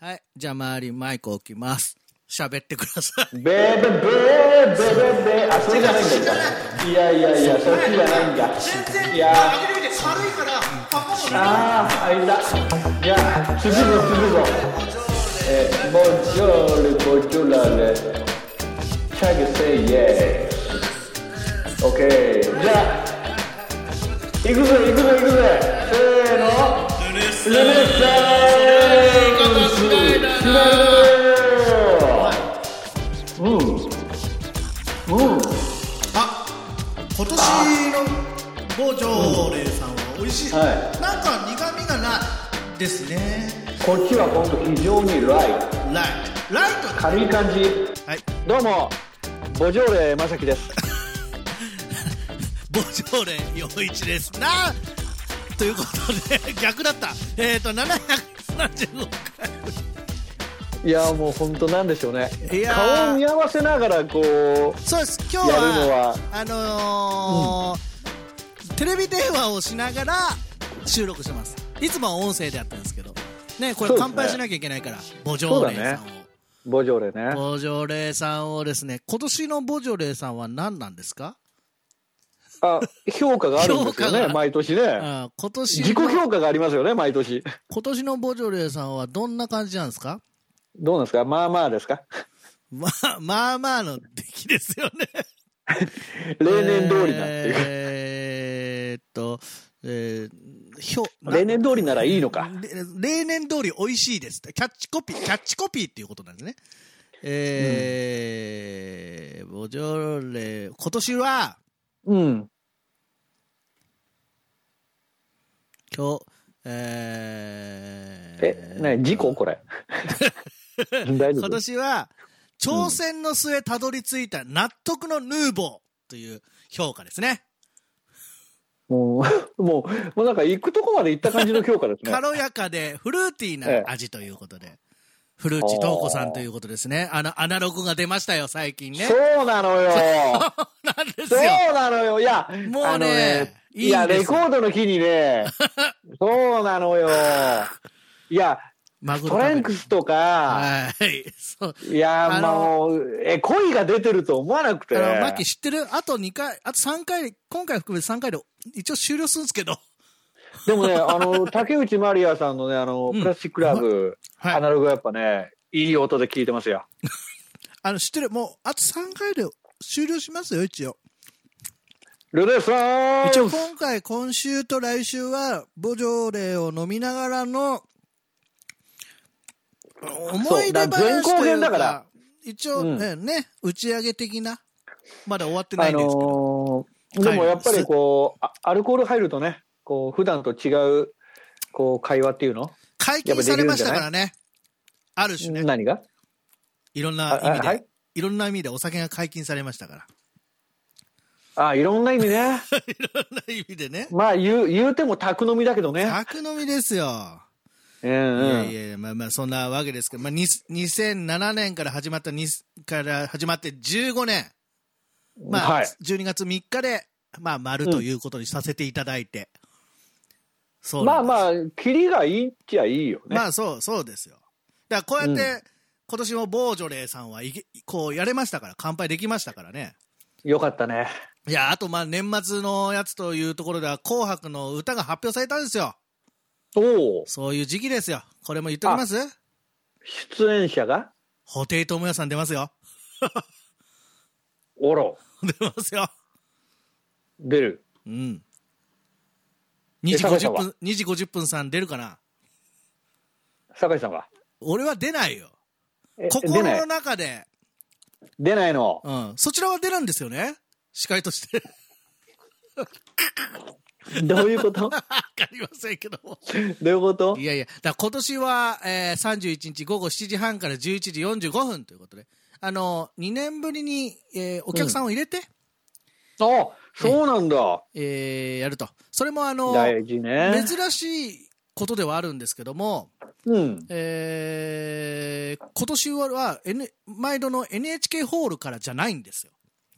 はい。じゃあ、周りマイク置きます。喋ってください。ベーベーベーベーベーあそれじゃないんだいやいやいやそっちじゃないんだいやああ開いたじゃあ次の次のえボジョルボジョラレチャゲセイエーオッケーじゃあ行くぜ行くぜ行くぜせーのルネッサーンスしないでうんうんあ今年のボジョレーさんは美味しい、うんはなんか苦味がないですねこっちは本当非常にライトライトライ軽い感じトはいどうもボジョーレまさきですボジョレー陽一ですなということで逆だったえっ、ー、と735いやもう本当なんでしょうねいやー顔を見合わせながらこそうです今日やるのははあのーテレビ電話をしながら収録してますいつもは音声でやってるんですけどねこそれうです乾ね杯しなきゃいけないから、ボジョレーさんそを、うだうボジョーレねボジョレーさんをですね今年のボジョレーさんは何なんですか、あ評価があるんですよ評価ねが毎年ねあ今年自己評価がありますよね毎年今年のボジョレーさんはどんな感じなんですかどうなんですかまあまあですかま あまあまあの出来ですよね例年通りなっていうか、えーっと、えー、ひょな例年通りならいいのかれ例年通り美味しいですってキャッチコピー、キャッチコピーっていうことなんですね。えーボジョレー、今年は、うん今日、えーえね事 故これ大丈今夫年は、挑戦の末たどり着いた納得のヌーボーという評価ですね。もうもうもうなんか行くとこまで行った感じの評 価ですね軽やかでフルーティーな味ということで。古内東子さんということですね。あの、アナログが出ましたよ、最近ね。そうなのよなんですそよ。うなのよ。いや、もうねあのいいんですいや、レコードの日 にね、そうなのよ。いや、マグロト食べるランクスとか、はい。そう。いや、あのもう、え、恋が出てると思わなくて。あの、マッキー知ってるあと2回、あと3回、今回含めて3回で一応終了するんですけど。でもね、あの、竹内まりやさんのね、あの、うんプラスチックラブ、はいアナログはやっぱね、いい音で聞いてますよ。あの、知ってるもう、あと3回で終了しますよ、一応。ルネさーん一応今回、今週と来週は、ボジョレーを飲みながらの、思い出話といそううだか、前後編だから一応、うんええね、打ち上げ的な、まだ終わってなあいんですけど、のはーいでもやっぱりこう、あアルコール入るとね、こう、普段と違う、こう、会話っていうの解禁されましたからね、ある種ね、何がいろんなあ意あ味で、、はいろんな意味でお酒が解禁されましたから、 あ、いろんな意味ね。いろんな意味でね、まあ言う、言うても宅飲みだけどね。宅飲みですよ。ういんうん。やいやいや、まあまあ、そんなわけですけど、まあ、に2007年から始まった、にから始まって15年、まあ、はい12月3日で、まあ、丸ということにさせていただいて、そうまああ、まあ、キリがいいっちゃいいよね。まあ、そう、そうですよ。だから、こうやって、う今年もボージョレーさんはいけ、こう、やれましたから、乾杯できましたからね。よかったね。いや、あと、まあ、年末のやつというところでは、紅白の歌が発表されたんですよ。おお。そういう時期ですよ。これも言っときます出演者が布袋寅泰さん出ますよ。おろ。出ますよ。出る。うん。2時坂井さ50んは分、2時50分さん出るかな酒井さんは。俺は出ないよ。え出心ないの。中で、出ないの。うん。そちらは出るんですよね司会として。 どういうこと どわかりませんけども。ういうこといやいや、だから今年は、えー、31日午後7時半から11時45分ということで、あの、2年ぶりに、えーお客さんを入れて、あ、そうなんだ。えーやると。それもあの、大事ね。珍しいことではあるんですけども、うん。えー今年は、N、毎度の NHK ホールからじゃないんですよ。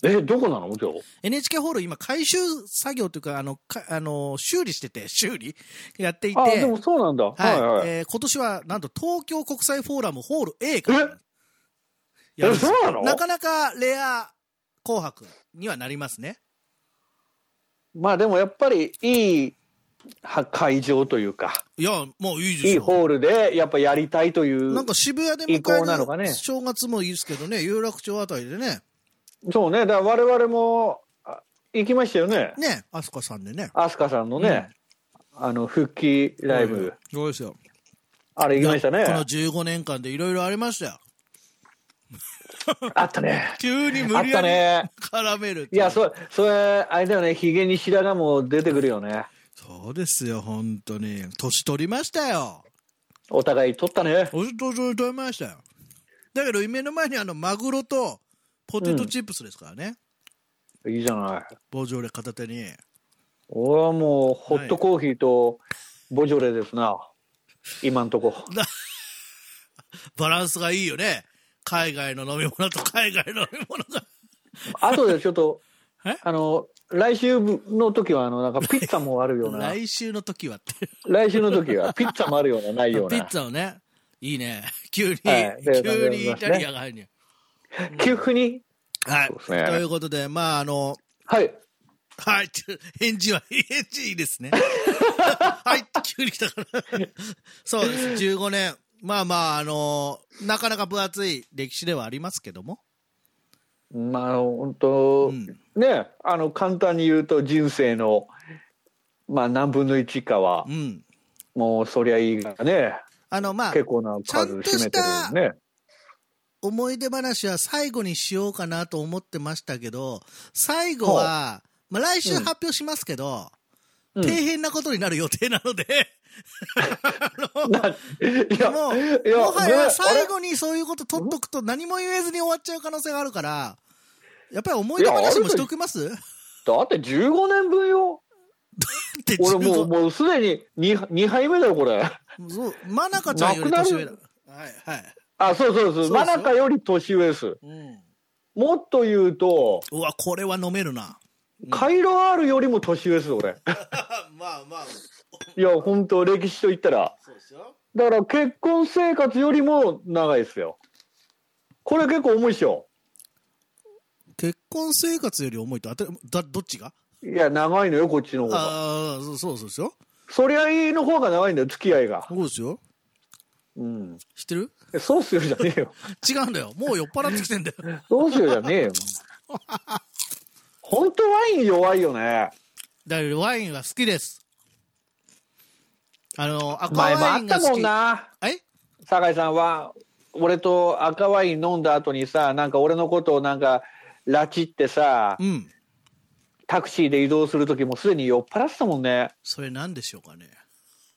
え、どこなの今日。 NHK ホール、今、回収作業というか、あの、かあの修理してて、修理やっていて、あ、はいでもそうなんだ。はいはい。えー今年はなんと東京国際フォーラムホール A からやるんえ、ですそようなのなかなかレア紅白にはなりますね。まあでもやっぱりいいは会場というか、いや、もういいでいいすよ。ホールでやっぱやりたいという。なんか渋谷で意向なの迎かえねる正月もいいですけどね、有楽町あたりでね、そうね。だから我々もあ行きましたよね。ね、飛鳥さんでね。アスカさんのね、あの、復帰ライブ、そうですよ。あれ行きましたこのね。 15年間でいろいろありましたよ。あったね。急にあ無っ理たやね。り絡めるっていや、そ、それ、あれだよね、ヒゲに白髪も出てくるよね。そうですよ、本当に。年取りましたよ。お互い取ったね。年取りましたよ。だけど、目の前にあの、マグロとポテトチップスですからね。いいじゃない。ボジョレ片手に。俺はもう、ホットコーヒーとボジョレですな。今んとこ。バランスがいいよね。海外の飲み物と 海外の飲み物が。あとでちょっと え、あの、来週の時は、あ の、なんかピッツァもあるような。来週の時はって。来週の時は、ピッツァもあるような、ない ピようッな。ツァをね。いいね。急に、はい急にイタリアが入るね。急にはい。そうですとねいうことで、まあ、あの、はい。はい、ちょ返事は、 返事いいですね。 はい、急に来たから。 そうです、15年。まあまあ、あのなかなか分厚い歴史ではありますけども。まあ、本当、うんね、あの、簡単に言うと、人生の、まあ、何分の1かはう、ん。もう、そりゃいいがね、あの、まあ、結構な数占めてるよね。思い出話は最後にしようかなと思ってましたけど、最後は、まあ来週発表しますけど、うん底辺なことになる予定なので、いや、もう、いやもはやね最後にそういうこと取っとくと何も言えずに終わっちゃう可能性があるから、やっぱり思い出話もしておきますだって15年分よ。って俺も15う、もうすでに 2, 2杯目だよ、これ。そう、真中ちゃんより年上だな。はい、はい。あ、そうそうそう。そう真中より年上です。うん。もっと言うと、うわ、これは飲めるな。カイロ R よりも年上です、俺。まあまあ、いや、本当歴史と言ったら。そうですよ。だから結婚生活よりも長いですよ。これ結構重いっしょ。結婚生活より重いと当たり、だ、どっちがいや、長いのよ、こっちの方が。ああ、そうそうそうですよ。そりゃいいの方が長いんだよ、付き合いが。そうですよ。うん。知ってるそうっすよじゃねえよ。違うんだよ。もう酔っ払ってきてんだ よ。そうっすよじゃねえよ。本当ワイン弱いよね。だからワインは好きです。あの、赤前もワあイっンがた好もき。んな。え酒井さんは俺と赤ワイン飲んだ後にさなんか俺のことをなんか拉致ってさうん。タクシーで移動する時もすでに酔っ払ってたもんねそれなんでしょうかね。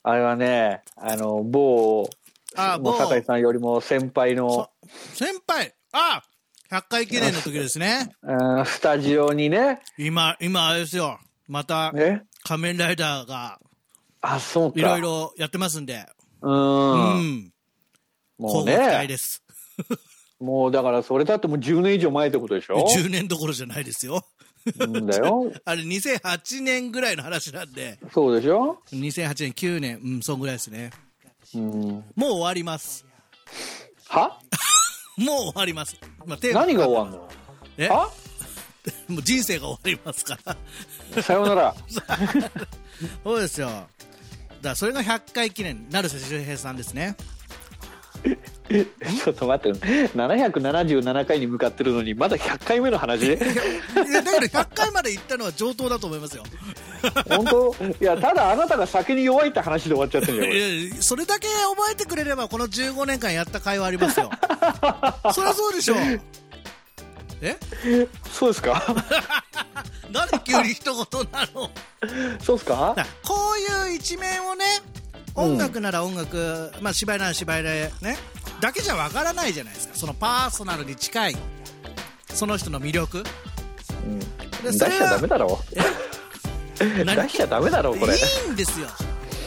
あれはねあの某あもう某酒井さんよりも先輩のそ、先輩あ !100 回記念の時ですね。うんスタジオにね今、今あれですよ。また、え仮面ライダーがあそうかいろいろやってますんで。う、うんん。乞もううご期待ねです。もうだからそれだってもう10年以上前ってことでしょ10年どころじゃないですよ。うんだよあれ2008年ぐらいの話なんで、そうでしょ、 2008年、9年、うん、そんぐらいですね。うん、もう終わります。はもう終わります。まあ、テーマ何が終わんのえはもう人生が終わりますから。 さようなら そうですよ。だからそれが100回記念、成瀬周平さんですね。ちょっと待って、777回に向かってるのに、まだ100回目の 話いやだから100回まで行ったのは上等だと思いますよ。本当いや、ただあなたが酒に弱いって話で終わっちゃってるいよ、俺やいやそれだけ覚えてくれれば、この15年間やった会はあります よ。そりゃそうでしょう。えそうですか なんで急に一言なのそうですかだからこういう一面をね、音楽なら音楽、まあ芝居なら芝居でね、だけじゃわからないじゃないですか。そのパーソナルに近い、その人の魅 力。うんで出しそちれゃダはメだろ。何出しちゃダメだろ、これ。いいんですよ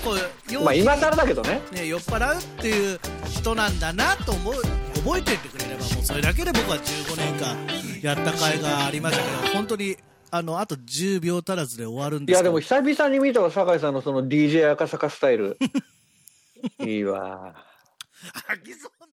こう陽気まあ、に今更だけどね。ね酔っ払うっていう人なんだなと思う覚えてってくれればもうそれだけで僕は15年間やった甲斐がありましたけど本当にあのあと10秒足らずで終わるんいですやけでども久々に見たわ酒井さんのその DJ 赤坂スタイルいいわあきそう